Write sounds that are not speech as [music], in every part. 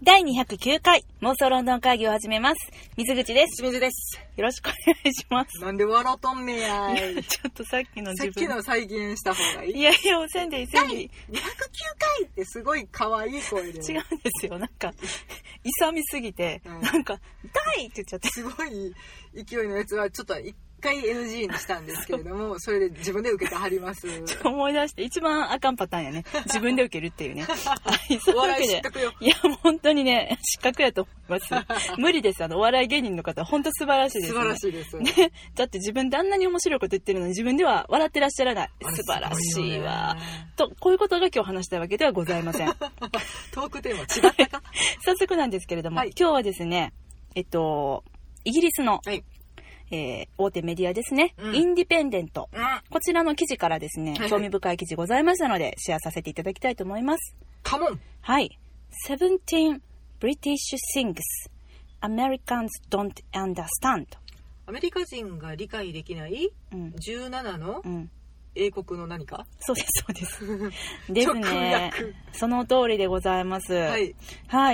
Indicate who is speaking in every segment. Speaker 1: 第209回、妄想ロンドン会議を始めます。水口です。
Speaker 2: 清水です。
Speaker 1: よろしくお願いします。
Speaker 2: なんで笑うとんねや [laughs]
Speaker 1: いや
Speaker 2: い。
Speaker 1: ちょっとさっきの
Speaker 2: さ
Speaker 1: 自
Speaker 2: っき
Speaker 1: 分。
Speaker 2: の再現した方がい
Speaker 1: い
Speaker 2: い。
Speaker 1: やいや、おせんでいせんでいい。
Speaker 2: 209回ってすごい可愛い声で。
Speaker 1: 違うんですよ。なんか、勇みすぎて、
Speaker 2: うん
Speaker 1: なんか、大って言っちゃって。
Speaker 2: すごい勢いのやつはちょっと一回 NG にしたんですけれど [laughs] も、それで自分で受けてはります。
Speaker 1: 思い出して、一番あかんパターンやね。自分で受けるって
Speaker 2: [laughs]
Speaker 1: いうね。はい、そういう
Speaker 2: お
Speaker 1: わ
Speaker 2: [laughs] 笑
Speaker 1: け
Speaker 2: い知っ
Speaker 1: で
Speaker 2: と。くよ。
Speaker 1: いや、本当にね、失格やと思います。無理です。あの、お笑い芸人の方、本当素晴らしいです、ね。
Speaker 2: [laughs] 素晴らしいです。
Speaker 1: ね、だって自分であんなに面白いこと言ってるのに自分では笑ってらっしゃらない。
Speaker 2: あれ
Speaker 1: 素晴らしいわ。
Speaker 2: すごいよね
Speaker 1: と、こういうことが今日話したいわけではございません。
Speaker 2: [laughs] トークテーマ違ったか
Speaker 1: 早速なんですけれども、
Speaker 2: はい
Speaker 1: 今日はですね、えっと、イギリスの、
Speaker 2: [laughs] はい。
Speaker 1: えー大手メディアですね、
Speaker 2: うん
Speaker 1: インディペンデント。
Speaker 2: うん。
Speaker 1: こちらの記事からですね
Speaker 2: いは、い
Speaker 1: 興味深い記事ございましたので、シェアさせていただきたいと思います。
Speaker 2: カモン
Speaker 1: はい。17 British Things Americans Don't Understand。
Speaker 2: アメリカ人が理解できない
Speaker 1: うん。
Speaker 2: 17の
Speaker 1: うん。
Speaker 2: 英国の何か
Speaker 1: そうです、そうです。
Speaker 2: [laughs]
Speaker 1: ですね
Speaker 2: 直訳。
Speaker 1: その通りでございます。は。
Speaker 2: はい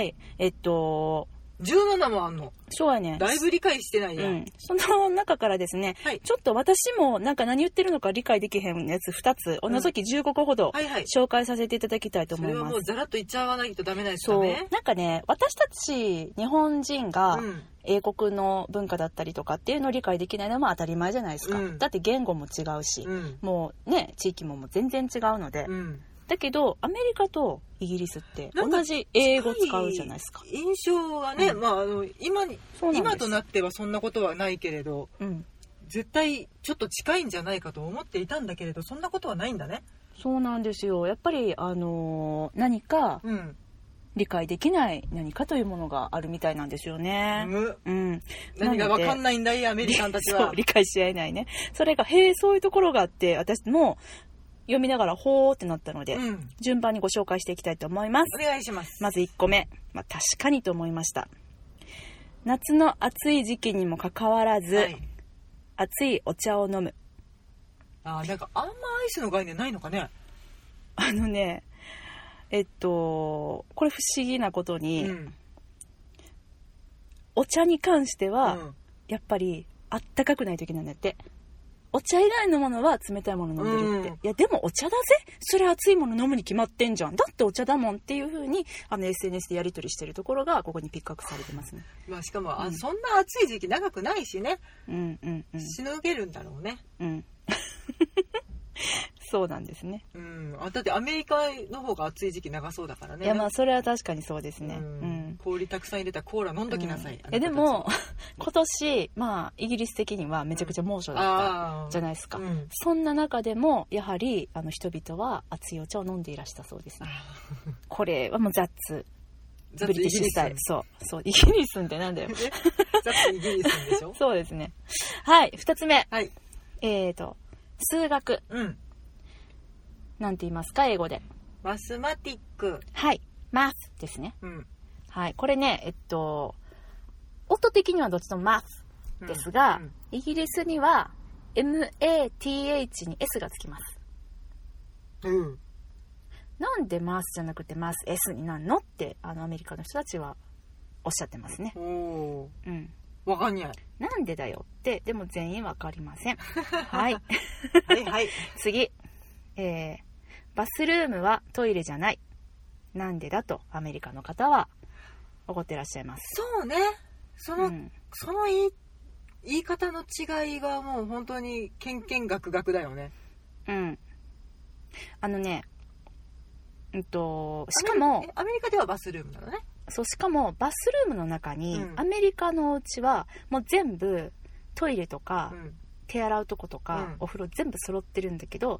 Speaker 2: い。
Speaker 1: えっと、
Speaker 2: 17もあんの。
Speaker 1: そうやね。
Speaker 2: だいぶ理解してないうやん。
Speaker 1: ん。その中からですね、
Speaker 2: はい。
Speaker 1: ちょっと私もなんか何言ってるのか理解できへんやつ2つ、おのぞき15個ほど
Speaker 2: はいはい。
Speaker 1: 紹介させていただきたいと
Speaker 2: そ
Speaker 1: 思い
Speaker 2: れは
Speaker 1: ま
Speaker 2: もう
Speaker 1: す。
Speaker 2: ザラッと言っちゃわないとダメなんです
Speaker 1: そ
Speaker 2: よ
Speaker 1: う
Speaker 2: ね。
Speaker 1: なんかね私たち日本人が
Speaker 2: ん、
Speaker 1: 英国の文化だったりとかっていうのを理解できないのも当たり前じゃないですか、
Speaker 2: うん
Speaker 1: だって言語も違うし、
Speaker 2: うん、
Speaker 1: もうね地域ももう全然違うので、
Speaker 2: うん、
Speaker 1: だけどアメリカとイギリスって
Speaker 2: なんか
Speaker 1: 同じ英語使うじゃないですか。
Speaker 2: 印象がね、
Speaker 1: うん
Speaker 2: まああの今に
Speaker 1: そうなんです
Speaker 2: 今となってはそんなことはないけれど、
Speaker 1: うん、
Speaker 2: 絶対ちょっと近いんじゃないかと思っていたんだけれど、そんなことはないんだね。
Speaker 1: そうなんですよやっぱり、あのー何か
Speaker 2: うん。
Speaker 1: 理解できない何かというものがあるみたいなんですよね。
Speaker 2: む
Speaker 1: うん、
Speaker 2: 何がわかん
Speaker 1: い
Speaker 2: ないんだいアメリカンたちは。
Speaker 1: 理解し合えないねそれがへえそういうところがあって私も読みながらほーってなったので、
Speaker 2: うん。
Speaker 1: 順番にご紹介していきたいと思います
Speaker 2: お。願いします。
Speaker 1: まず1個目、まあ、確かにと思いました夏の暑い時期にもかかわらず、
Speaker 2: はい。
Speaker 1: 熱いお茶を飲む [laughs]
Speaker 2: あーなんかあんまアイスの概念ないのかね。
Speaker 1: あのねえっとこれ不思議なこと
Speaker 2: う
Speaker 1: に、
Speaker 2: ん。
Speaker 1: お茶に関しては、
Speaker 2: うん
Speaker 1: やっぱりあったかくない時なんだってお茶以外のものは冷たいもの飲んでるって、
Speaker 2: うん
Speaker 1: いやでもお茶だぜそれ熱いもの飲むに決まってんじゃんだってお茶だもんっていう風にあの SNS でやり取りしてるところがここにピックアップされてますね
Speaker 2: まあしかも、あ
Speaker 1: うん
Speaker 2: そんな暑い時期長くないしね、
Speaker 1: うんうんうん
Speaker 2: しのげるんだろうね。
Speaker 1: うん [laughs] そうなんですね
Speaker 2: うん、あだってアメリカの方が暑い時期長そうだからね
Speaker 1: いやまあそれは確かにそうですねう
Speaker 2: うん
Speaker 1: ん、
Speaker 2: 氷たくさん入れたコーラ飲んどきなさい、
Speaker 1: うん
Speaker 2: あなたたち
Speaker 1: えでも今年まあイギリス的にはめちゃくちゃ猛暑だっ
Speaker 2: あ
Speaker 1: た
Speaker 2: あ
Speaker 1: じゃ
Speaker 2: な
Speaker 1: な
Speaker 2: い
Speaker 1: いですか、
Speaker 2: うん、
Speaker 1: そんな中でもやはりあの人々は熱いお茶を飲んでいらしたそうですね
Speaker 2: あ
Speaker 1: これはもうザッツ
Speaker 2: ザ
Speaker 1: ブ
Speaker 2: ッ
Speaker 1: リティッ
Speaker 2: ツイギ
Speaker 1: シュ
Speaker 2: リ
Speaker 1: ス
Speaker 2: ス
Speaker 1: タイ
Speaker 2: え
Speaker 1: ルそうそうイギリスンってなんだ
Speaker 2: [laughs]
Speaker 1: よ
Speaker 2: ザッツイギリスでしょ
Speaker 1: そうですねはい2つ目
Speaker 2: はい
Speaker 1: えーと数学
Speaker 2: うん
Speaker 1: なんて言いますか英語で
Speaker 2: マスマティック
Speaker 1: はいマスですね
Speaker 2: うん
Speaker 1: はい、これね、えっと、音的にはどっちともマス
Speaker 2: うん
Speaker 1: ですが、
Speaker 2: うん
Speaker 1: イギリスには MATH に S がつきます。
Speaker 2: うん
Speaker 1: なんでマスじゃなくてマス S になんのって、あの、アメリカの人たちはおっしゃってますね。
Speaker 2: おお
Speaker 1: うん。
Speaker 2: ーわかんない
Speaker 1: なんでだよって、でも全員わかりま
Speaker 2: [laughs]
Speaker 1: せん。はい。
Speaker 2: はいはい
Speaker 1: 次。えー、バスルームはトイレじゃない。なんでだと、アメリカの方は怒ってらっしゃいます。
Speaker 2: [laughs] そうねそうの、
Speaker 1: ん。
Speaker 2: その言い言い方の違いがもう本当にけんけんがくがくだよね
Speaker 1: うん。あのね、うんと、しかも
Speaker 2: え、アメリカではバスルームなのね
Speaker 1: そう、しかも、バスルームの中に、
Speaker 2: うん
Speaker 1: アメリカのお家は、もう全部、トイレとか、
Speaker 2: うん
Speaker 1: 手洗うとことか、
Speaker 2: うん
Speaker 1: お風呂全部揃ってるんだけど、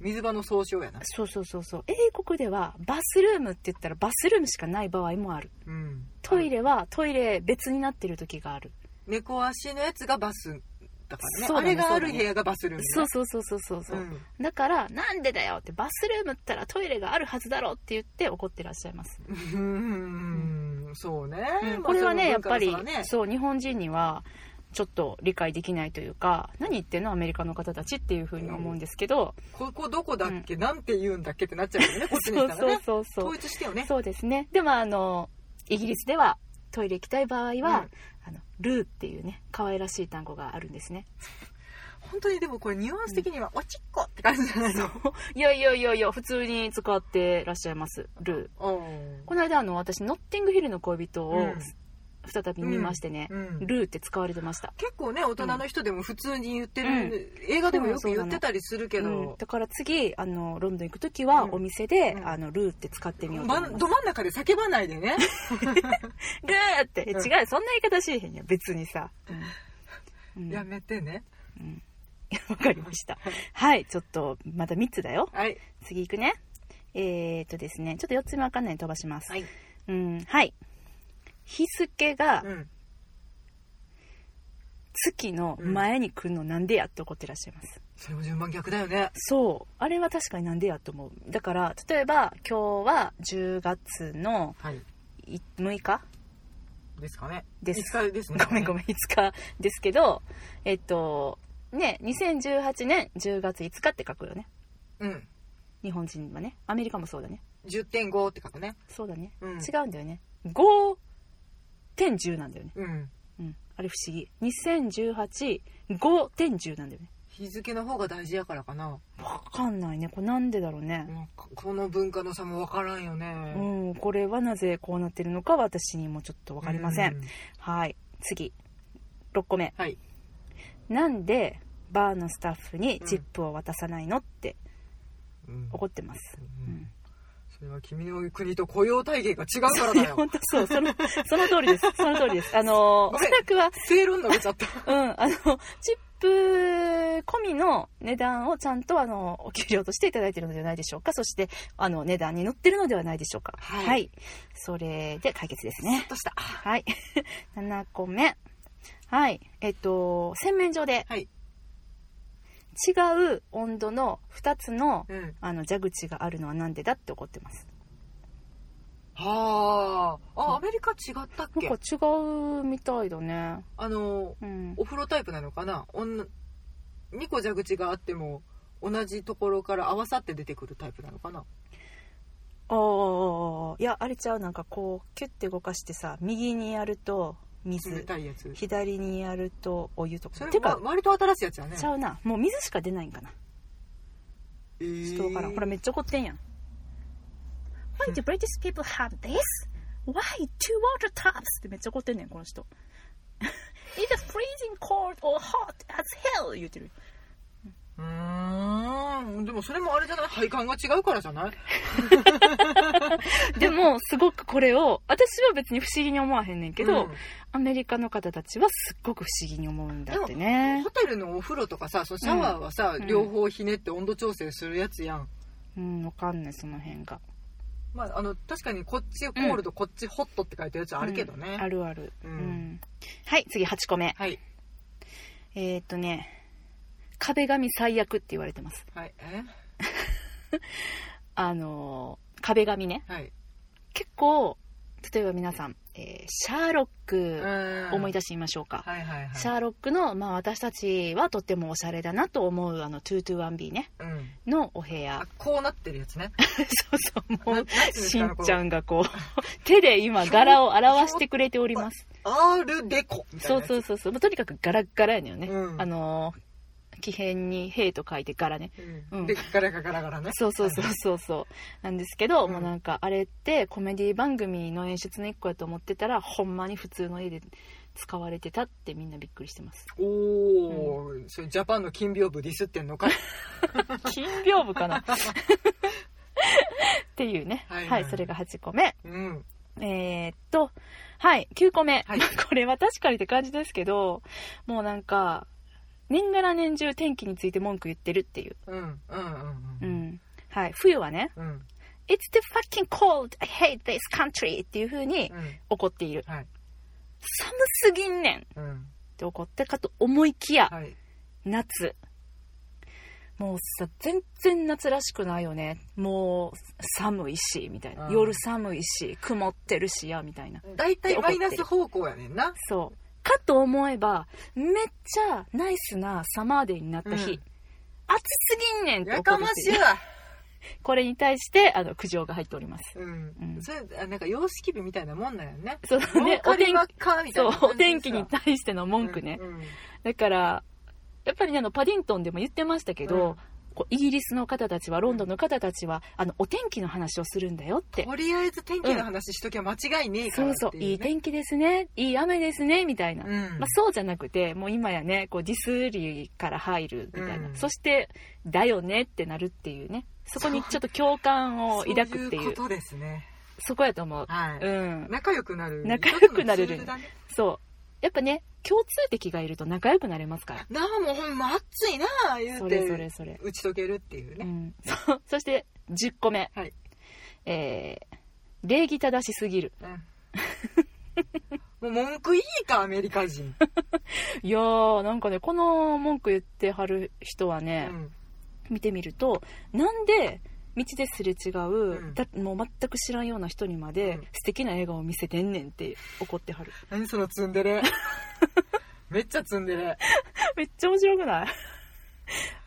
Speaker 2: 水場の総称やな
Speaker 1: そうそうそうそう、英国では、バスルームって言ったら、バスルームしかない場合もある。
Speaker 2: うん
Speaker 1: トイレは、トイレ別になってる時がある。
Speaker 2: 猫足のやつがバスだからね
Speaker 1: そう
Speaker 2: あ
Speaker 1: だね
Speaker 2: れがある
Speaker 1: そうだね
Speaker 2: 部屋がバスルームね
Speaker 1: そうそうそうそうそうそう。
Speaker 2: うん
Speaker 1: だから、なんでだよって、バスルームったらトイレがあるはずだろうって言って怒ってらっしゃいます。
Speaker 2: うんそうね、まあ
Speaker 1: これはねやっぱり
Speaker 2: その文化の差はね
Speaker 1: そう日本人にはちょっと理解できないというか何言ってんのアメリカの方たちっていうふうに思うんですけど、
Speaker 2: ここどこだっけ、なんて言うんだっけってなっちゃうよねこっちにしたらね
Speaker 1: そうそうそう
Speaker 2: 統一してよね
Speaker 1: そうですねでもあのイギリスではトイレ行きたい場合は、
Speaker 2: ん
Speaker 1: あのルーっていうね可愛らしい単語があるんですね [laughs]
Speaker 2: 本当にでもこれニュアンス的にはおちっこって感じじゃないの、
Speaker 1: いやいやいやいや普通に使ってらっしゃいますルー
Speaker 2: うん
Speaker 1: この間あの私ノッティングヒルの恋人
Speaker 2: う
Speaker 1: を
Speaker 2: ん
Speaker 1: 再び見ましてね、
Speaker 2: うん
Speaker 1: ルーって使われてました
Speaker 2: 結構ね大人の人でも普通に言ってる、映画でもよく言ってたりするけ
Speaker 1: うん
Speaker 2: ど、
Speaker 1: だから次あのロンドン行く時は
Speaker 2: うん
Speaker 1: お店で、
Speaker 2: うん
Speaker 1: あのルーって使ってみようと
Speaker 2: ま
Speaker 1: 思います、
Speaker 2: ど真ん中で叫ばないでね
Speaker 1: ルーって違う
Speaker 2: うん
Speaker 1: そんな言い方しへんや別にさ、うんうん
Speaker 2: やめてね
Speaker 1: [laughs] わかりましたはいちょっとまた3つだよ
Speaker 2: はい
Speaker 1: 次行くねえー、っとですねちょっと4つ目わかんないので飛ばします、
Speaker 2: はい、
Speaker 1: うんはい日付が
Speaker 2: うん、
Speaker 1: 月の前に来るのなんでやって怒ってらっしゃいます、
Speaker 2: それも順番逆だよね
Speaker 1: そうあれは確かになんでやと思うだから例えば今日は10月の
Speaker 2: はい
Speaker 1: い6日
Speaker 2: ですかね
Speaker 1: です
Speaker 2: 5日ですね
Speaker 1: ごめんごめん5日ですけどえっとね2018年10月5日って書くよね
Speaker 2: うん
Speaker 1: 日本人はねアメリカもそうだね
Speaker 2: 10.5って書くね
Speaker 1: そうだね、
Speaker 2: うん
Speaker 1: 違うんだよね5.10なんだよね、
Speaker 2: うん
Speaker 1: うん、あれ不思議20185.10なんだよね
Speaker 2: 日付の方が大事やからかな
Speaker 1: わかんないねこれなんでだろうね、
Speaker 2: なんかこの文化の差もわからんよね
Speaker 1: うん、これはなぜこうなってるのか私にもちょっと分かりません、
Speaker 2: う
Speaker 1: はい次6個目
Speaker 2: はい
Speaker 1: なんでバーのスタッフにチップを渡さないのって
Speaker 2: うん
Speaker 1: 怒ってます、
Speaker 2: う
Speaker 1: うんん
Speaker 2: それは君の国と雇用体系が違うから
Speaker 1: い
Speaker 2: だ
Speaker 1: や [laughs]
Speaker 2: よ
Speaker 1: 本当そうそのその通りですその通りですあのお
Speaker 2: ご
Speaker 1: そ
Speaker 2: めん
Speaker 1: らくは
Speaker 2: 正論述べちゃ [laughs] った
Speaker 1: うんあのチップ込みの値段をちゃんとあのお給料としていただいているのではないでしょうかそしてあの値段に乗ってるのではないでしょうか
Speaker 2: はい
Speaker 1: それで解決ですね
Speaker 2: どうした
Speaker 1: はい。7個目。はい。えっと、洗面所で
Speaker 2: はい
Speaker 1: 違う温度の2つの
Speaker 2: うん
Speaker 1: あの蛇口があるのはなんでだって怒ってます。
Speaker 2: はああアメリカ違ったっ
Speaker 1: な
Speaker 2: け
Speaker 1: んか違うみたいだね。
Speaker 2: あの
Speaker 1: うん。
Speaker 2: お風呂タイプなのかな女2個蛇口があっても同じところから合わさって出てくるタイプなのかな
Speaker 1: ああ、いや、あれちゃう。なんかこう、キュッて動かしてさ、右にやると
Speaker 2: 冷
Speaker 1: 水、
Speaker 2: たいやつ
Speaker 1: 左にやるとお湯と
Speaker 2: そ
Speaker 1: か。
Speaker 2: れ
Speaker 1: て
Speaker 2: は
Speaker 1: か、
Speaker 2: 割と新しいやつやね
Speaker 1: ちゃうな。もう水しか出ないんかな。
Speaker 2: えー
Speaker 1: ちょっとわからん。ほら、めっちゃ怒ってんやん。Why do British people have this? Why two water tubs? ってめっちゃ怒ってんねん、この人。It's freezing cold or hot as hell! 言うてる。
Speaker 2: うーんでもそれもあれじゃない配管が違うからじゃない
Speaker 1: でも、すごくこれを、私は別に不思議に思わへんねんけど、
Speaker 2: うん
Speaker 1: アメリカの方たちはすっごく不思議に思うんだってね
Speaker 2: ホ。テルのお風呂とかさそのシャワーはさ、
Speaker 1: うん
Speaker 2: 両方ひねって温度調整するやつやん、
Speaker 1: うん、わかんない、その辺が。
Speaker 2: まあ、あの確かにこっちコールド、こっちホットって書いてるやつあるけど
Speaker 1: う
Speaker 2: ね
Speaker 1: ん、あるある。
Speaker 2: う
Speaker 1: うんん。はい、次8個目。
Speaker 2: はい
Speaker 1: えー、っとね、壁紙最悪って言われてます。
Speaker 2: はいえ
Speaker 1: あのー壁紙ね
Speaker 2: はい
Speaker 1: 結構例えば皆さん、えーシャーロック思い
Speaker 2: 出
Speaker 1: 出してみましょうか、
Speaker 2: はいはいはい
Speaker 1: シャーロックの、まあ、私たちはとってもおしゃれだなと思うあの 221B ね
Speaker 2: うん、
Speaker 1: のお部屋
Speaker 2: あこうなってるやつね
Speaker 1: そうそうも
Speaker 2: ななん
Speaker 1: う
Speaker 2: ていうんです
Speaker 1: し
Speaker 2: か
Speaker 1: ん
Speaker 2: ねこ
Speaker 1: ち
Speaker 2: の
Speaker 1: ゃんがこう [laughs] 手で今柄を表してくれております
Speaker 2: アールデコみたい
Speaker 1: そ
Speaker 2: なや
Speaker 1: う
Speaker 2: つ
Speaker 1: そうそうそう、まあとにかくガラッガラやのよね、
Speaker 2: うん
Speaker 1: あのー木片に「兵」と書いて柄ね
Speaker 2: う、
Speaker 1: うんん
Speaker 2: でガラガラガラガラね
Speaker 1: そうそうそうそうそうなんですけど、
Speaker 2: うん
Speaker 1: もうなんかあれってコメディ番組の演出の一個やと思ってたらほんまに普通の家で使われてたってみんなびっくりしてます
Speaker 2: [laughs] おお、それジャパンの金屏風ディスってん
Speaker 1: [laughs]
Speaker 2: のか
Speaker 1: 金屏風か
Speaker 2: [laughs]
Speaker 1: なっていうね
Speaker 2: は
Speaker 1: はいい、
Speaker 2: はい
Speaker 1: それが8個目
Speaker 2: うん
Speaker 1: えーっとはい9個目、
Speaker 2: はい
Speaker 1: まあ [laughs] これは確かにって感じですけどもうなんか年がら年中天気について文句言ってるっていう
Speaker 2: うんうんうん
Speaker 1: う
Speaker 2: うん
Speaker 1: んはい冬はね
Speaker 2: うんうん
Speaker 1: 「It's the fucking cold I hate this country」っていう風に怒っている
Speaker 2: はい
Speaker 1: 寒すぎんねんっ
Speaker 2: うん
Speaker 1: て怒ったかと思いきや、
Speaker 2: はい
Speaker 1: 夏もうさ全然夏らしくないよねもう寒いしみたいな、
Speaker 2: うん
Speaker 1: 夜寒いし曇ってるしやみたいな
Speaker 2: 大体マイナス方向やねんな
Speaker 1: そうかと思えばめっちゃナイスなサマーデーになった日、
Speaker 2: うん
Speaker 1: 暑すぎんねんって
Speaker 2: や
Speaker 1: 怒
Speaker 2: か
Speaker 1: る
Speaker 2: まし
Speaker 1: し
Speaker 2: いわ
Speaker 1: これに対して、あの、苦情が入っております。
Speaker 2: うん
Speaker 1: うん
Speaker 2: それあなんか様式日みたいなもんなんやね
Speaker 1: そう
Speaker 2: 儲
Speaker 1: ね、
Speaker 2: か
Speaker 1: お
Speaker 2: り
Speaker 1: 天
Speaker 2: ばっ
Speaker 1: 気、
Speaker 2: かみたい
Speaker 1: そ
Speaker 2: な
Speaker 1: う、お天気に対しての文句ね。
Speaker 2: うんうん
Speaker 1: だから、やっぱりねあの、パディントンでも言ってましたけど、
Speaker 2: うん
Speaker 1: こうイギリスの方たちは、ロンドンの方たちは、あの、お天気の話をするんだよって。
Speaker 2: とりあえず天気の話しときゃ間違いねえか
Speaker 1: そ
Speaker 2: ら
Speaker 1: う
Speaker 2: って
Speaker 1: そう、
Speaker 2: いう、ね、
Speaker 1: いい天気ですね、いい雨ですね、みたいな。
Speaker 2: うん
Speaker 1: まあ、そうじゃなくて、もう今やね、こう、ディスリーから入るみたいな。
Speaker 2: うん
Speaker 1: そして、だよねってなるっていうね。そこにちょっと共感を抱くっていう。そ
Speaker 2: そ
Speaker 1: う
Speaker 2: いうことですね
Speaker 1: こやと思う。
Speaker 2: はい、
Speaker 1: うん。
Speaker 2: 仲良くなる
Speaker 1: 仲良くなれる
Speaker 2: 一つのツールだね
Speaker 1: そう。やっぱね、共通敵がいると仲良くなれますから。
Speaker 2: なあもうほんま暑いなあ言うて
Speaker 1: それそれそれ。
Speaker 2: 打ち解けるっていう
Speaker 1: う
Speaker 2: ね、
Speaker 1: ん。そそして、10個目。
Speaker 2: はい
Speaker 1: えー、礼儀正しすぎる。
Speaker 2: うんもう文句いいかアメリカ人、
Speaker 1: いやー、なんかね、この文句言ってはる人は
Speaker 2: う
Speaker 1: ね、
Speaker 2: ん
Speaker 1: 見てみるとなんで道ですれ違う、
Speaker 2: ん
Speaker 1: だもう全く知らんような人にまで
Speaker 2: うん
Speaker 1: 素敵な笑顔を見せてんねんって怒ってはる
Speaker 2: 何そのツンデレめっちゃツンデレ
Speaker 1: [laughs] めっちゃ面白くない [laughs]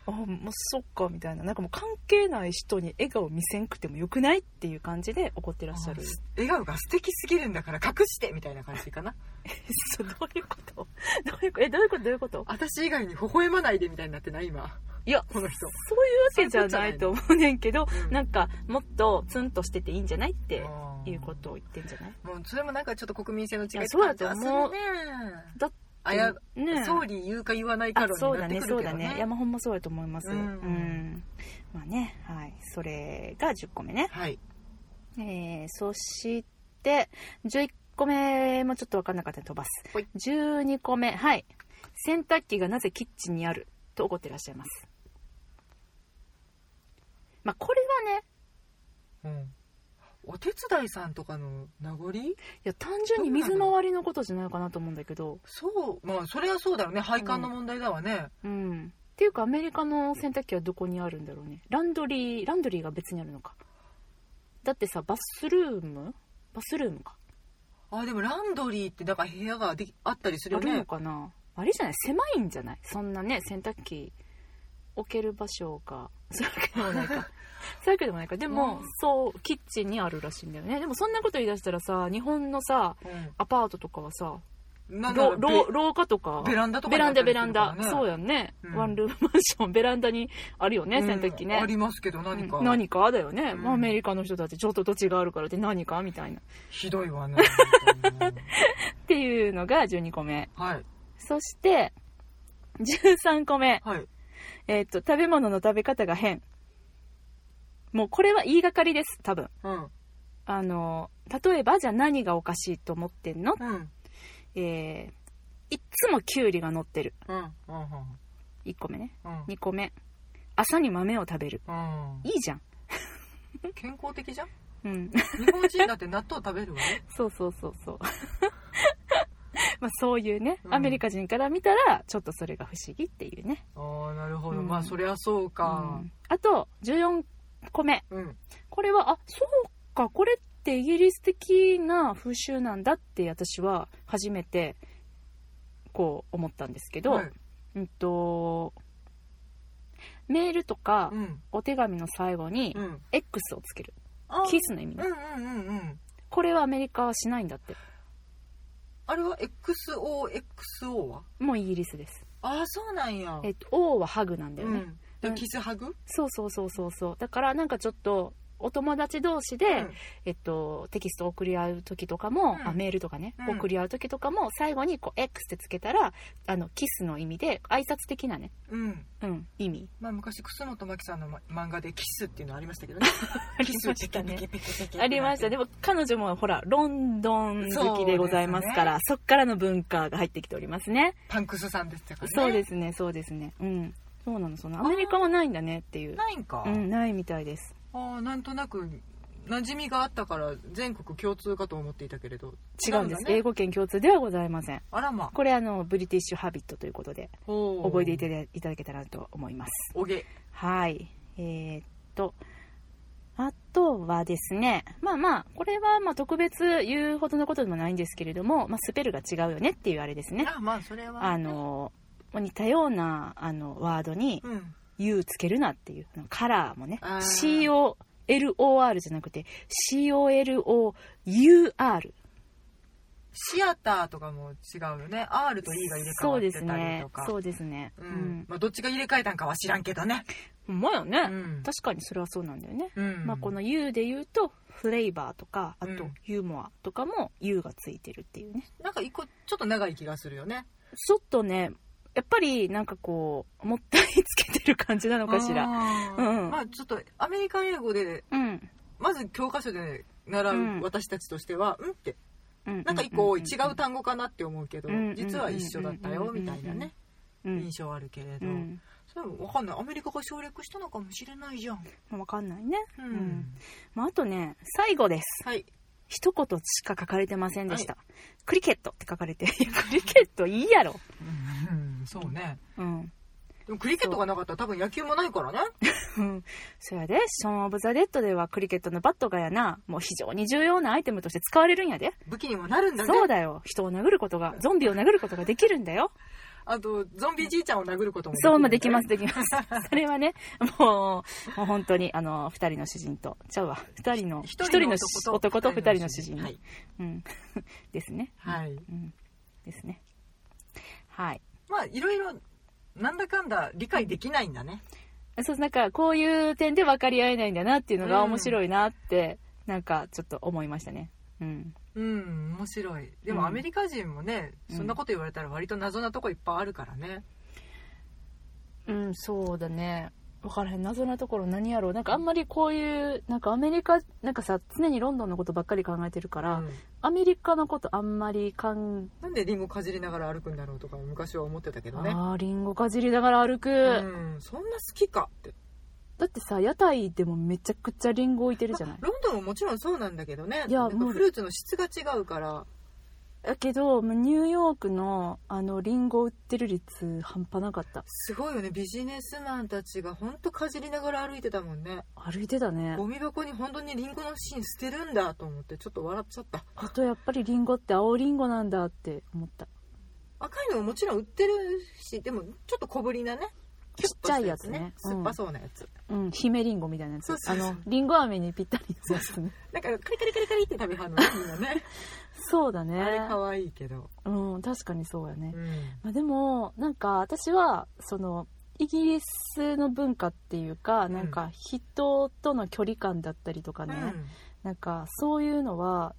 Speaker 1: あもうそっかみたいななんかもう関係ない人に笑顔見せんくてもよくないっていう感じで怒ってらっしゃる
Speaker 2: 笑顔が素敵すぎるんだから隠してみたいな感じかな
Speaker 1: [laughs] そうどういうことどういうことえどういうことどういうこと
Speaker 2: 私以外に微笑まないでみたいになってない今
Speaker 1: いや
Speaker 2: この人
Speaker 1: そういうわけじゃないと思うねんけど
Speaker 2: うん
Speaker 1: なんかもっとツンとしてていいんじゃないって
Speaker 2: あー
Speaker 1: いうことを言ってんじゃない
Speaker 2: もうそれもなんかちょっと国民性の
Speaker 1: い
Speaker 2: 違い
Speaker 1: や
Speaker 2: と
Speaker 1: そう
Speaker 2: か
Speaker 1: だ
Speaker 2: じ
Speaker 1: と
Speaker 2: は
Speaker 1: 思
Speaker 2: す
Speaker 1: う
Speaker 2: るね
Speaker 1: だって
Speaker 2: あや、
Speaker 1: ね
Speaker 2: 総理言うか言わないか
Speaker 1: あ
Speaker 2: 論
Speaker 1: そう
Speaker 2: にな
Speaker 1: だ
Speaker 2: って
Speaker 1: ね
Speaker 2: く
Speaker 1: そう
Speaker 2: るけ
Speaker 1: だ
Speaker 2: どね
Speaker 1: ね山本もそうやと思いますう、
Speaker 2: うんん
Speaker 1: まあねはいそれが10個目ね、
Speaker 2: はい
Speaker 1: えー、そして11個目もちょっと分かんなかったら飛ばす
Speaker 2: ほい
Speaker 1: 12個目はい洗濯機がなぜキッチンにあると怒ってらっしゃいますまあこれはね
Speaker 2: うんお手伝いさんとかの名残
Speaker 1: いや単純に水回りのことじゃないかなと思うんだけど
Speaker 2: そうまあそれはそうだろうね配管の問題だわね、
Speaker 1: うんっていうかアメリカの洗濯機はどこにあるんだろうねランドリーランドリーが別にあるのかだってさバスルームバスルームか
Speaker 2: あでもランドリーってなんか部屋ができあったりする
Speaker 1: あ
Speaker 2: よ
Speaker 1: るの
Speaker 2: ね
Speaker 1: かなあれじゃない狭いんじゃないそんなね洗濯機置ける場所がそういうわけでも
Speaker 2: [laughs]
Speaker 1: ないかそういうわけでもないかでも、
Speaker 2: うん
Speaker 1: そうキッチンにあるらしいんだよねでもそんなこと言い出したらさ日本のさアパートとかはさ
Speaker 2: うんなんだ
Speaker 1: ろ
Speaker 2: ろ
Speaker 1: ろ廊下とか
Speaker 2: ベランダとか
Speaker 1: ベ
Speaker 2: に
Speaker 1: ラ
Speaker 2: あっ
Speaker 1: ン
Speaker 2: た
Speaker 1: ダ
Speaker 2: り
Speaker 1: ベ
Speaker 2: する
Speaker 1: ラ
Speaker 2: か
Speaker 1: ン
Speaker 2: ら
Speaker 1: ダ、
Speaker 2: ね
Speaker 1: そうやんね、
Speaker 2: うん
Speaker 1: ワンルームマンション [laughs] ベランダにあるよね
Speaker 2: うん
Speaker 1: 洗濯機ね、
Speaker 2: ありますけど何か、
Speaker 1: うん何かだよね、
Speaker 2: うん
Speaker 1: まあアメリカの人たちちょっと土地があるからって何かみたいな
Speaker 2: ひどい
Speaker 1: [laughs]
Speaker 2: わね
Speaker 1: っていうのが12個目
Speaker 2: はい
Speaker 1: そして13個目
Speaker 2: はい
Speaker 1: えっ、と食べ物の食べ方が変もうこれは言いがかりです多分
Speaker 2: うん
Speaker 1: あの例えばじゃあ何がおかしいと思ってんの
Speaker 2: うんうん
Speaker 1: えー、いっつもキュウリが乗ってる
Speaker 2: うんうん
Speaker 1: 1個目ね
Speaker 2: うん
Speaker 1: 2個目朝に豆を食べる
Speaker 2: うん
Speaker 1: いいじゃん
Speaker 2: 健康的じゃん
Speaker 1: うん
Speaker 2: 日本人だって納豆食べるわ
Speaker 1: [laughs]
Speaker 2: ね
Speaker 1: そうそうそうそうまあそういうね
Speaker 2: うん
Speaker 1: アメリカ人から見たらちょっとそれが不思議っていうね
Speaker 2: ああなるほど、
Speaker 1: うん
Speaker 2: まあそりゃそうか
Speaker 1: うんあと14個目
Speaker 2: うん、
Speaker 1: これはあそうかこれってイギリス的な風習なんだって私は初めてこう思ったんですけど、
Speaker 2: はい
Speaker 1: うんとメールとか
Speaker 2: うん
Speaker 1: お手紙の最後に
Speaker 2: うん
Speaker 1: X をつける、
Speaker 2: あ
Speaker 1: キスの意味
Speaker 2: う
Speaker 1: ね
Speaker 2: んうんうんうん
Speaker 1: これはアメリカはしないんだって
Speaker 2: あれは XOXO は
Speaker 1: もうイギリスです、
Speaker 2: ああそうなんや
Speaker 1: えっと、O はハグなんだよ
Speaker 2: う
Speaker 1: ね、
Speaker 2: んでキスハグ、
Speaker 1: そうそうそうそうそうだからなんかちょっとお友達同士で、
Speaker 2: うん
Speaker 1: えっと、テキストを送り合う時とかも、
Speaker 2: うん
Speaker 1: あメールとかね、
Speaker 2: うん
Speaker 1: 送り合う時とかも最後にこう X ってつけたらあのキスの意味で挨拶的なね、
Speaker 2: うん
Speaker 1: うん、意味
Speaker 2: まあ昔楠本真紀さんのま漫画でキスっていうのありましたけどね
Speaker 1: ありましたね
Speaker 2: キスピキピキピキピキ
Speaker 1: [laughs] ありましたで
Speaker 2: も
Speaker 1: も彼女もほらロンドン好きでございますからそっからの文化が入ってきておりますね
Speaker 2: パンクスさんでしたからね
Speaker 1: そうですすねそうですねうんそうなのそうなのアメリカはないんだねっていう
Speaker 2: ないんか、
Speaker 1: うんないみたいです
Speaker 2: ああなんとなく馴染みがあったから全国共通かと思っていたけれど
Speaker 1: 違うんです、
Speaker 2: だね
Speaker 1: 英語圏共通ではございません
Speaker 2: あらま
Speaker 1: これあのブリティッシュハビットということで覚
Speaker 2: 覚
Speaker 1: えていただいただけたらと思います
Speaker 2: おげ
Speaker 1: はいえーっとあとはですねまあまあこれはまあ特別言うほどのことでもないんですけれども、まあ、スペルが違うよねっていうあれですね
Speaker 2: あまあそれは
Speaker 1: あの似たようなあのワードに
Speaker 2: うん
Speaker 1: U つけるなっていうあのカラーもね
Speaker 2: あー
Speaker 1: COLOR じゃなくて COLOUR
Speaker 2: シアターとかも違うよね R と E が入れ替
Speaker 1: そ
Speaker 2: わ
Speaker 1: う
Speaker 2: っ
Speaker 1: で
Speaker 2: て
Speaker 1: す
Speaker 2: たり
Speaker 1: ね
Speaker 2: とか
Speaker 1: そうですね
Speaker 2: う
Speaker 1: うんん
Speaker 2: まあ、どっちが入れ替えたんかは知らんけどね、
Speaker 1: ほんまよね、
Speaker 2: うん
Speaker 1: 確かにそれはそうなんだよね、
Speaker 2: うん
Speaker 1: まあ、この U で言うとフレーバーとかあと
Speaker 2: うん
Speaker 1: ユーモアとかも U がついてるっていうね
Speaker 2: なんか一個ちょっと長い気がするよね
Speaker 1: ちょっとねやっぱりなんかこうもったいつけてる感じなのかしら
Speaker 2: あー
Speaker 1: うん
Speaker 2: まあちょっとアメリカン英語で
Speaker 1: うん
Speaker 2: まず教科書で習
Speaker 1: う
Speaker 2: うん私たちとしては、うん、って
Speaker 1: うん
Speaker 2: なんか一個多い違う単語かなって思うけど、
Speaker 1: うん
Speaker 2: 実は一緒だったよ
Speaker 1: うん
Speaker 2: みたいなね、
Speaker 1: うん
Speaker 2: 印象あるけれ
Speaker 1: う
Speaker 2: ど、
Speaker 1: ん
Speaker 2: それも分かんないアメリカが省略したのかもしれないじゃん、
Speaker 1: まあわかんないね、
Speaker 2: う
Speaker 1: うんまあ、あとね最後です
Speaker 2: はい
Speaker 1: 一言しか書かれてませんでした、クリケットって書かれていやクリケットいいやろ
Speaker 2: うんそうね
Speaker 1: うん
Speaker 2: でもクリケットがなかったら多分野球もないからね
Speaker 1: うんそやでショーン・オブ・ザ・デッドではクリケットのバットがやなもう非常に重要なアイテムとして使われるんやで
Speaker 2: 武器にもなるんだね
Speaker 1: そうだよ人を殴ることがゾンビを殴ることができるんだよ
Speaker 2: あとゾンビじいちゃんを殴ることも
Speaker 1: そうまあできますすできます [laughs] それはねもうもう本当にあの二人の主人とちゃうわ二人の一人の男と二人の主人、
Speaker 2: はい、
Speaker 1: うん [laughs] ですね
Speaker 2: はい、
Speaker 1: うんですねはい
Speaker 2: まあいろいろなんだかんだ理解できないんだね
Speaker 1: そうなんかこういう点で分かり合えないんだなっていうのが面白いなって、なんかちょっと思いましたねうん
Speaker 2: うん面白いで
Speaker 1: う
Speaker 2: も
Speaker 1: ん
Speaker 2: アメリカ人もね、そんなこと言われたら割と謎なとこいっぱいあるからね、
Speaker 1: うんそうだね分からへん謎なところ何やろうなんかあんまりこういうなんかアメリカなんかさ常にロンドンのことばっかり考えてるから、
Speaker 2: うん
Speaker 1: アメリカのことあんまりかん
Speaker 2: なんでリンゴかじりながら歩くんだろうとか昔は思ってたけどね
Speaker 1: あーリンゴかじりながら歩く、
Speaker 2: うんそんな好きかって
Speaker 1: だってさ屋台でもめちゃくちゃリンゴ置いてるじゃない
Speaker 2: ロンドンももちろんそうなんだけどね
Speaker 1: いや
Speaker 2: なんか
Speaker 1: もう
Speaker 2: フルーツの質が違うから
Speaker 1: だけどもうニューヨークのあのリンゴ売ってる率半端なかった
Speaker 2: すごいよねビジネスマンたちがほんとかじりながら歩いてたもんね
Speaker 1: 歩いてたね
Speaker 2: ゴミ箱に本当にリンゴの芯捨てるんだと思ってちょっと笑っちゃった
Speaker 1: あとやっぱりリンゴって青リンゴなんだって思った
Speaker 2: 赤いのももちろん売ってるしでもちょっと小ぶりなね
Speaker 1: ちっちゃいやつね
Speaker 2: キュッとしたやつ酸っぱそうなやつ、
Speaker 1: うん姫リンゴみたいなやつ
Speaker 2: そうそうそう
Speaker 1: あのリンゴ飴にぴったりのやつ
Speaker 2: [laughs]
Speaker 1: ね
Speaker 2: なんかカリカリカリカリって食べはんのねみんな
Speaker 1: [laughs]
Speaker 2: ね
Speaker 1: そうだね
Speaker 2: あれ可愛いけど、
Speaker 1: うん確かにそうやね、
Speaker 2: うん
Speaker 1: まあ、でもなんか私はそのイギリスの文化っていうか
Speaker 2: うん
Speaker 1: なんか人との距離感だったりとかね、なんかそういうのは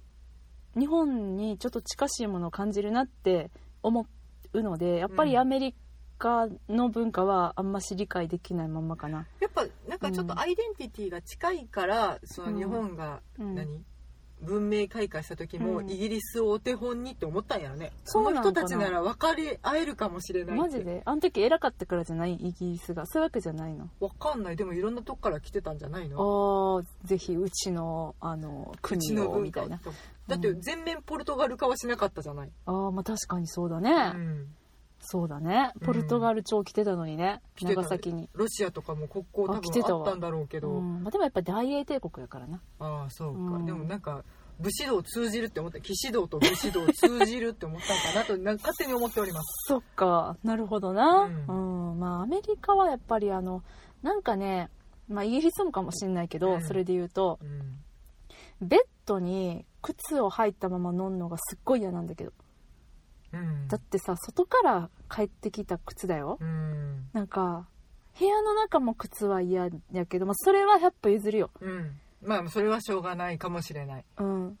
Speaker 1: 日本にちょっと近しいものを感じるなって思うのでやっぱ
Speaker 2: う
Speaker 1: り
Speaker 2: ん
Speaker 1: アメリカの文化はあんまし理解できないまんまかな、
Speaker 2: やっぱなんかちょっとアイデンティティが近いからその日本が
Speaker 1: うん
Speaker 2: 何、文明開化した時も
Speaker 1: うん
Speaker 2: イギリスをお手本にって思ったんやろね、
Speaker 1: そう
Speaker 2: こ
Speaker 1: な
Speaker 2: の
Speaker 1: の
Speaker 2: 人
Speaker 1: かな
Speaker 2: たちなら分かり合えるかもしれない
Speaker 1: マジであの時偉かったからじゃないイギリスがそういうわけじゃないの
Speaker 2: 分かんないでもいろんなとこから来てたんじゃないの
Speaker 1: ああぜひうちのあの
Speaker 2: うち
Speaker 1: 国
Speaker 2: の
Speaker 1: を
Speaker 2: 文
Speaker 1: み
Speaker 2: 化
Speaker 1: た
Speaker 2: を
Speaker 1: いな
Speaker 2: だって全面ポルトガル化はしなかったじゃない、
Speaker 1: ああまあ確かにそうだね、
Speaker 2: うん
Speaker 1: そうだねポルトガル朝来てたのにね、
Speaker 2: 来てた
Speaker 1: 長崎に、
Speaker 2: ロシアとかも国交多
Speaker 1: あ来てた
Speaker 2: 分あ
Speaker 1: わ
Speaker 2: ったんだろうけ
Speaker 1: う
Speaker 2: ど、
Speaker 1: んまあ、でもやっぱ大英帝国やからな
Speaker 2: ああそうか、
Speaker 1: うん
Speaker 2: でもなんか武士道通じるって思った騎士道と武士道通じるって思ったのかなとなんか勝手に思っております
Speaker 1: そっかなるほどな
Speaker 2: う
Speaker 1: うんん、まあアメリカはやっぱりあのなんかねまあイギリスもかもしれないけど、
Speaker 2: うん
Speaker 1: それで言うと
Speaker 2: うん
Speaker 1: ベッドに靴を履いたまま飲んのがすっごい嫌なんだけど
Speaker 2: うん
Speaker 1: だってさ外から帰ってきた靴だよ
Speaker 2: うん
Speaker 1: なんか部屋の中も靴は嫌やけど、まあ、それは100歩譲るよ
Speaker 2: うんまあそれはしょうがないかもしれない、
Speaker 1: うん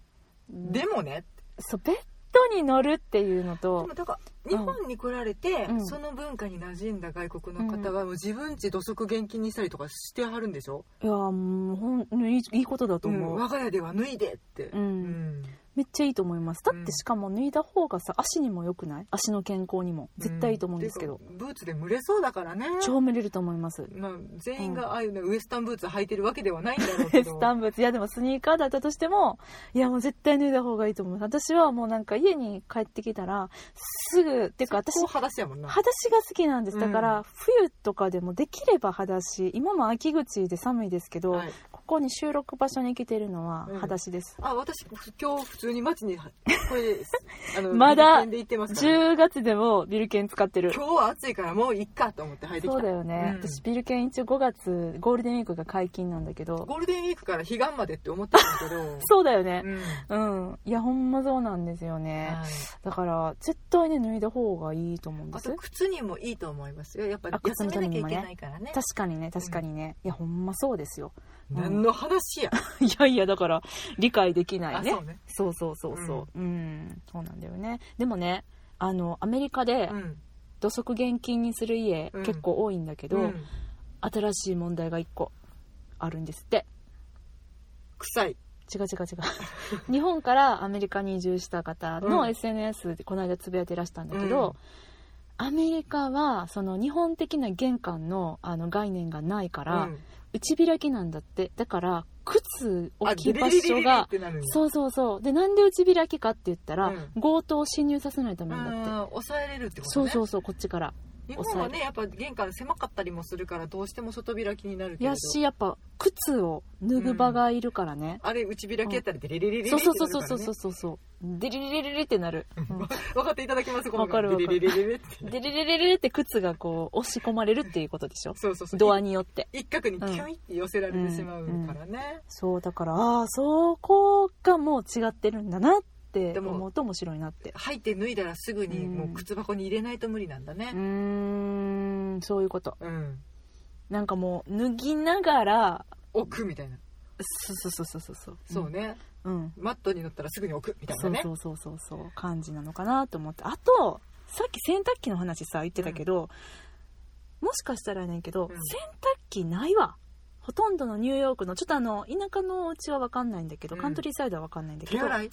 Speaker 2: でもね
Speaker 1: そうベッドに乗るっていうの
Speaker 2: で
Speaker 1: と
Speaker 2: もだから日本に来られて、
Speaker 1: うん
Speaker 2: その文化に馴染んだ外国の方はもう自分家土足厳禁にしたりとかしてはるんでしょ、
Speaker 1: いやーもうほんいいいいことだと
Speaker 2: う
Speaker 1: 思
Speaker 2: ん、
Speaker 1: う、
Speaker 2: 我が家では脱いでって、
Speaker 1: う
Speaker 2: うんん
Speaker 1: めっちゃいいと思いますだ
Speaker 2: う
Speaker 1: っ
Speaker 2: ん
Speaker 1: てしかも脱いだ方がさ足にも良くない足の健康にも絶対いいと思うんですけ
Speaker 2: う
Speaker 1: ど、
Speaker 2: ていうかブーツで蒸れそうだからね
Speaker 1: 超蒸れると思います
Speaker 2: まあ、全員がああいうね、ウエスタンブーツ履いてるわけではないんだ
Speaker 1: [laughs]
Speaker 2: ろう
Speaker 1: ウ
Speaker 2: け
Speaker 1: エ
Speaker 2: ど
Speaker 1: スタンブーツいやでもスニーカーだったとしてもいやもう絶対脱いだ方がいいと思う私はもうなんか家に帰ってきたらすぐっていうか私
Speaker 2: こう裸足やもんな
Speaker 1: 裸足が好きなんですだか
Speaker 2: うん
Speaker 1: ら冬とかでもできれば裸足今も秋口で寒いですけど、
Speaker 2: はい
Speaker 1: ここに収録場所に来てるのは
Speaker 2: うん
Speaker 1: 裸足です、
Speaker 2: あ私今日普通に街にこれです。あ
Speaker 1: [laughs]
Speaker 2: の
Speaker 1: まだ
Speaker 2: ビルケンで言ってますからね
Speaker 1: 10月でもビルケン使ってる
Speaker 2: 今日は暑いからもういっかと思って履いてきた。
Speaker 1: そうだよね、
Speaker 2: うん
Speaker 1: 私ビルケン一応5月ゴールデンウィークが解禁なんだけど。
Speaker 2: ゴールデンウィークから彼岸までって思ってたんだけど
Speaker 1: [laughs] そうだよね
Speaker 2: うん。
Speaker 1: うん、いやほんまそうなんですよね、
Speaker 2: はい
Speaker 1: だから絶対ね脱いだ方がいいと思うんで
Speaker 2: あ
Speaker 1: す
Speaker 2: と
Speaker 1: 確
Speaker 2: 靴にもいいと思いますよ。やっぱ
Speaker 1: あ靴
Speaker 2: 休
Speaker 1: の
Speaker 2: め
Speaker 1: ため
Speaker 2: な
Speaker 1: に
Speaker 2: きゃい
Speaker 1: もね
Speaker 2: けないからね。
Speaker 1: かにね確かにね、いやほんまそうですよ [laughs] に
Speaker 2: 何の話や。
Speaker 1: いやいやだから理解できない
Speaker 2: あ、
Speaker 1: ね
Speaker 2: そうね。
Speaker 1: そうそうそうそううん、そうなんだよねでもねあのアメリカで
Speaker 2: うん。
Speaker 1: 土足厳禁にする家、
Speaker 2: うん
Speaker 1: 結構多いんだけど、
Speaker 2: うん
Speaker 1: 新しい問題が1個あるんですって
Speaker 2: 臭い。
Speaker 1: 違う違う違う [laughs] 日本からアメリカに移住した方
Speaker 2: う
Speaker 1: の
Speaker 2: ん
Speaker 1: SNS でこの間つぶやいてらしたんだけど、アメリカはその日本的な玄関のあの概念がないから、
Speaker 2: うん
Speaker 1: 内開きなんだってだから靴
Speaker 2: あ
Speaker 1: 置き場
Speaker 2: デリリリ
Speaker 1: 所
Speaker 2: リリリっ
Speaker 1: が
Speaker 2: てなるんや
Speaker 1: そうそうそうでなんで内開きかって言ったら、
Speaker 2: うん
Speaker 1: 強盗を侵入させないため
Speaker 2: う
Speaker 1: なんだって、
Speaker 2: ん抑えれるってこと
Speaker 1: そ
Speaker 2: ね
Speaker 1: うそうそうこっちから
Speaker 2: 日本は
Speaker 1: 抑
Speaker 2: ねやっぱ玄関狭かったりもするからどうしても外開きになるけ
Speaker 1: い
Speaker 2: れど
Speaker 1: やしやっぱ靴を脱ぐ場がいるからね、
Speaker 2: あれ内開きやったらデリリリリリ
Speaker 1: そう
Speaker 2: リ
Speaker 1: そうそうそうそう
Speaker 2: う
Speaker 1: そうそうデリリリリリってなる、うん
Speaker 2: 分かっていただけますこの
Speaker 1: わかるわかる
Speaker 2: デリリリリリって
Speaker 1: デレレレレって靴がこう押し込まれるっていうことでしょ
Speaker 2: そうそうそう
Speaker 1: ドアによって
Speaker 2: 一角にキュイって寄せられてしまうからね
Speaker 1: そうだからああそこがもう違ってるんだなって
Speaker 2: でも
Speaker 1: 思うと面白いなって
Speaker 2: 履いて脱いだらすぐにもう靴箱に入れないと無理なんだ
Speaker 1: う
Speaker 2: ね
Speaker 1: ーんそういうこと
Speaker 2: うん
Speaker 1: なんかもう脱ぎながら
Speaker 2: 置くみたいな
Speaker 1: そうそうそうそうそうそう
Speaker 2: そうね
Speaker 1: うん
Speaker 2: マットに乗ったらすぐに置くみたい
Speaker 1: そ
Speaker 2: な
Speaker 1: う
Speaker 2: ね
Speaker 1: そうそうそうそう感じなのかなと思ってあとさっき洗濯機の話さ言ってたけど、もしかしたらやねんけど、
Speaker 2: うん
Speaker 1: 洗濯機ないわほとんどのニューヨークのちょっとあの田舎のお家は分かんないんだけど、
Speaker 2: うん
Speaker 1: カントリーサイドは分かんないんだけ
Speaker 2: 手
Speaker 1: ど
Speaker 2: 洗い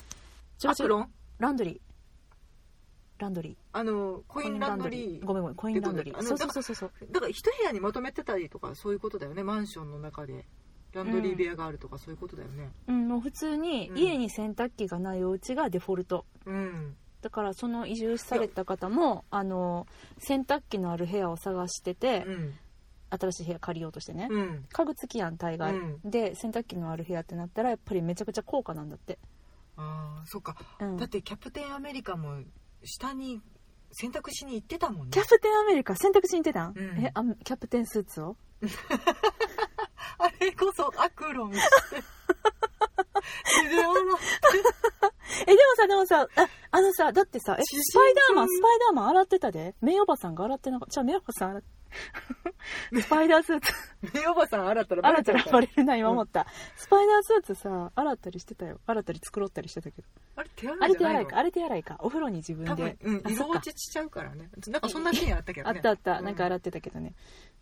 Speaker 1: ちょ
Speaker 2: ア
Speaker 1: ちょ
Speaker 2: クロン
Speaker 1: ランドリーランドリー
Speaker 2: あのコインランドリー
Speaker 1: ごめんごめんコインランドリ
Speaker 2: って
Speaker 1: ー
Speaker 2: こと
Speaker 1: そう
Speaker 2: だ
Speaker 1: そ
Speaker 2: よ
Speaker 1: うそ
Speaker 2: ね
Speaker 1: うそうそう
Speaker 2: だから一部屋にまとめてたりとかそういうことだよねマンションの中でランドリー部屋があるとかそういうことだよね
Speaker 1: うんもう普通に
Speaker 2: うん
Speaker 1: 家に洗濯機がないお家がデフォルト
Speaker 2: うん
Speaker 1: だからその移住された方もあの洗濯機のある部屋を探してて、
Speaker 2: うん
Speaker 1: 新しい部屋借りようとしてね、
Speaker 2: うん
Speaker 1: 家具付きやん大概、
Speaker 2: うん
Speaker 1: で洗濯機のある部屋ってなったらやっぱりめちゃくちゃ高価なんだって、
Speaker 2: ああそっか
Speaker 1: うん、
Speaker 2: だってキャプテンアメリカも下に洗濯しに行ってたもんね
Speaker 1: キャプテンアメリカ洗濯しに行ってたん、
Speaker 2: うん
Speaker 1: えあキャプテンスーツを
Speaker 2: あれこそアクロンして手で洗う
Speaker 1: えでもさでもさああのさだってさえ
Speaker 2: 主人
Speaker 1: スパイダーマンスパイダーマン洗ってたでメイおばさんが洗ってなかったじゃあメイおばさん洗ってスパイダースーツ
Speaker 2: ねおばさん洗ったらバ
Speaker 1: [laughs] 洗
Speaker 2: レ
Speaker 1: っ
Speaker 2: ち
Speaker 1: た
Speaker 2: ゃう
Speaker 1: ら
Speaker 2: か
Speaker 1: バ
Speaker 2: ら
Speaker 1: レるな今思った、スパイダースーツさ洗ったりしてたよ洗ったり繕ったりしてたけど
Speaker 2: あれ手
Speaker 1: あ
Speaker 2: 洗い
Speaker 1: れ
Speaker 2: じ
Speaker 1: 手
Speaker 2: ゃな
Speaker 1: 洗
Speaker 2: い
Speaker 1: い
Speaker 2: の
Speaker 1: かあれ手洗いかお風呂に自分
Speaker 2: 多
Speaker 1: で
Speaker 2: 分、うん、
Speaker 1: あ
Speaker 2: 色
Speaker 1: そっか
Speaker 2: 落ちしちゃうからねなんかそんなシーンあったけど
Speaker 1: あ
Speaker 2: ね
Speaker 1: ったあった、なんか
Speaker 2: う
Speaker 1: 洗ってたけどね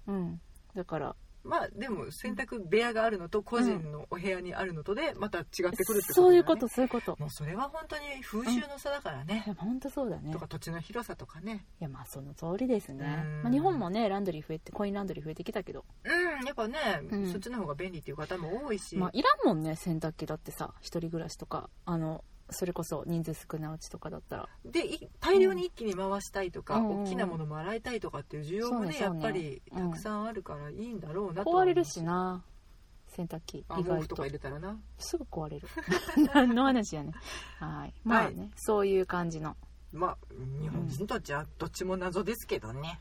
Speaker 1: うんだから
Speaker 2: まあでも洗濯部屋があるのと個人のお部屋にあるのとでまた違ってくるってことだよね
Speaker 1: そういうことそういうこと
Speaker 2: もうそれは本当に風習の差だからね、
Speaker 1: 本当そうだね
Speaker 2: とか土地の広さとかね
Speaker 1: いやまあその通りですね
Speaker 2: うん、
Speaker 1: まあ、日本もねランドリー増えてコインランドリー増えてきたけど、
Speaker 2: うんやっぱね、
Speaker 1: うん
Speaker 2: そっちの方が便利っていう方も多いし、
Speaker 1: まあ、いらんもんね洗濯機だってさ一人暮らしとかあのそれこそ人数少ないうちとかだったら
Speaker 2: でい大量に一気に回したいとか、
Speaker 1: うん
Speaker 2: 大きなものも洗いたいとかっていう需要も
Speaker 1: そう
Speaker 2: ね
Speaker 1: ねそう
Speaker 2: や
Speaker 1: ね
Speaker 2: っぱり
Speaker 1: うん
Speaker 2: たくさんあるからいいんだろうなとは思う
Speaker 1: 壊れるしな洗濯機
Speaker 2: あ
Speaker 1: 意
Speaker 2: 毛
Speaker 1: 外
Speaker 2: 布とか
Speaker 1: と
Speaker 2: 入れたらな
Speaker 1: すぐ壊れる [laughs] 何の話やねはいまあね、そういう感じの
Speaker 2: まあ日本人たちはどっちも謎ですけどね、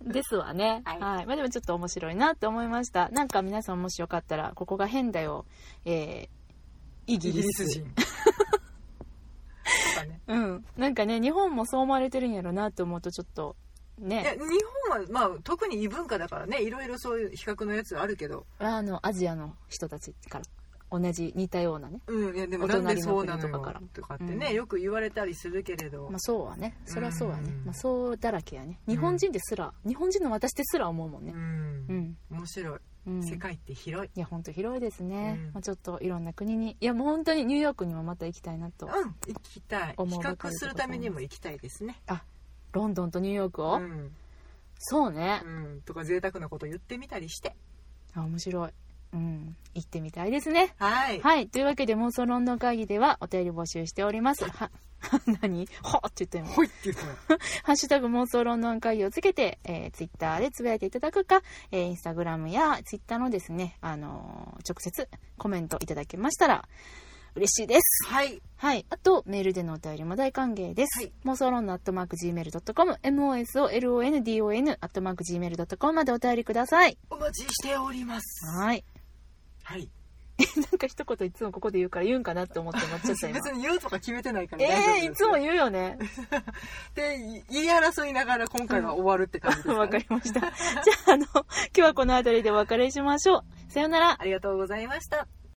Speaker 1: ですわね。は。
Speaker 2: はいい
Speaker 1: まあでもちょっと面白いなって思いました。なんか皆さんもしよかったら、ここが変だよ。えー、イギ
Speaker 2: イギ
Speaker 1: リ
Speaker 2: リ
Speaker 1: ス
Speaker 2: ス
Speaker 1: 人。
Speaker 2: 人と
Speaker 1: [laughs]
Speaker 2: かね
Speaker 1: うん。なんかね、日本もそう思われてるんやろなって思うとちょっと、
Speaker 2: いや
Speaker 1: ね、
Speaker 2: 日本は、まあ、特に異文化だからねいろいろそういう比較のやつあるけど
Speaker 1: あの、アジアの人たちから、同じ似たようなね。
Speaker 2: うんいやでも
Speaker 1: お
Speaker 2: なん
Speaker 1: 隣
Speaker 2: で
Speaker 1: の
Speaker 2: そうなの
Speaker 1: 国と
Speaker 2: よ
Speaker 1: かから
Speaker 2: とかってね、
Speaker 1: うん
Speaker 2: よく言われたりするけれど、
Speaker 1: まあそうはね。それはそうはね
Speaker 2: う。ん
Speaker 1: まあそうだらけやね。日本人ですら、日本人の私ですら思うもんね
Speaker 2: う。
Speaker 1: うんん。
Speaker 2: 面白い、
Speaker 1: うん。
Speaker 2: 世界って広い
Speaker 1: いや、ほんと広いですね。
Speaker 2: うん
Speaker 1: まあちょっといろんな国に。いや、もう本当にニューヨークにもまた行きたいなと。
Speaker 2: うん行きたい比
Speaker 1: 思うばかりでござ
Speaker 2: 較
Speaker 1: います
Speaker 2: するためにも行きたいですね
Speaker 1: ロンドンとニューヨークを、
Speaker 2: うん、
Speaker 1: そうね。
Speaker 2: うん、とか贅沢なこと言ってみたりして
Speaker 1: あ面白い、うん、行ってみたいですね
Speaker 2: はい
Speaker 1: はいというわけで妄想ロンドン会議ではお便り募集しておりますは [laughs] 何はって言っても
Speaker 2: ほいっていうの
Speaker 1: ハッシュタグ妄想ロンドン会議をつけて、えー、ツイッターでつぶやいていただくか、えー、インスタグラムやツイッターのですね、あのー直接コメントいただけましたら嬉しいです。
Speaker 2: はい。
Speaker 1: はい。あと、メールでのお便りも大歓迎です。
Speaker 2: はい
Speaker 1: 妄想論のアットマーク Gmail.com、MOS を LONDON アットマーク Gmail.com までお便りください。
Speaker 2: お待ちしております。
Speaker 1: はい。
Speaker 2: はい。
Speaker 1: なんか一言いつもここで言うから言うんかなって思って待っちゃっ
Speaker 2: [laughs]
Speaker 1: た今。
Speaker 2: 別に言うとか決めてないから
Speaker 1: えー、
Speaker 2: 大丈夫
Speaker 1: い
Speaker 2: です
Speaker 1: つも言うよ
Speaker 2: [laughs]
Speaker 1: ね。
Speaker 2: で言い争いながら今回は終わるって感じですね
Speaker 1: [laughs] わかりました。じゃあ、あの、今日はこの辺りでお別れしましょう。さようなら。
Speaker 2: ありがとうございました。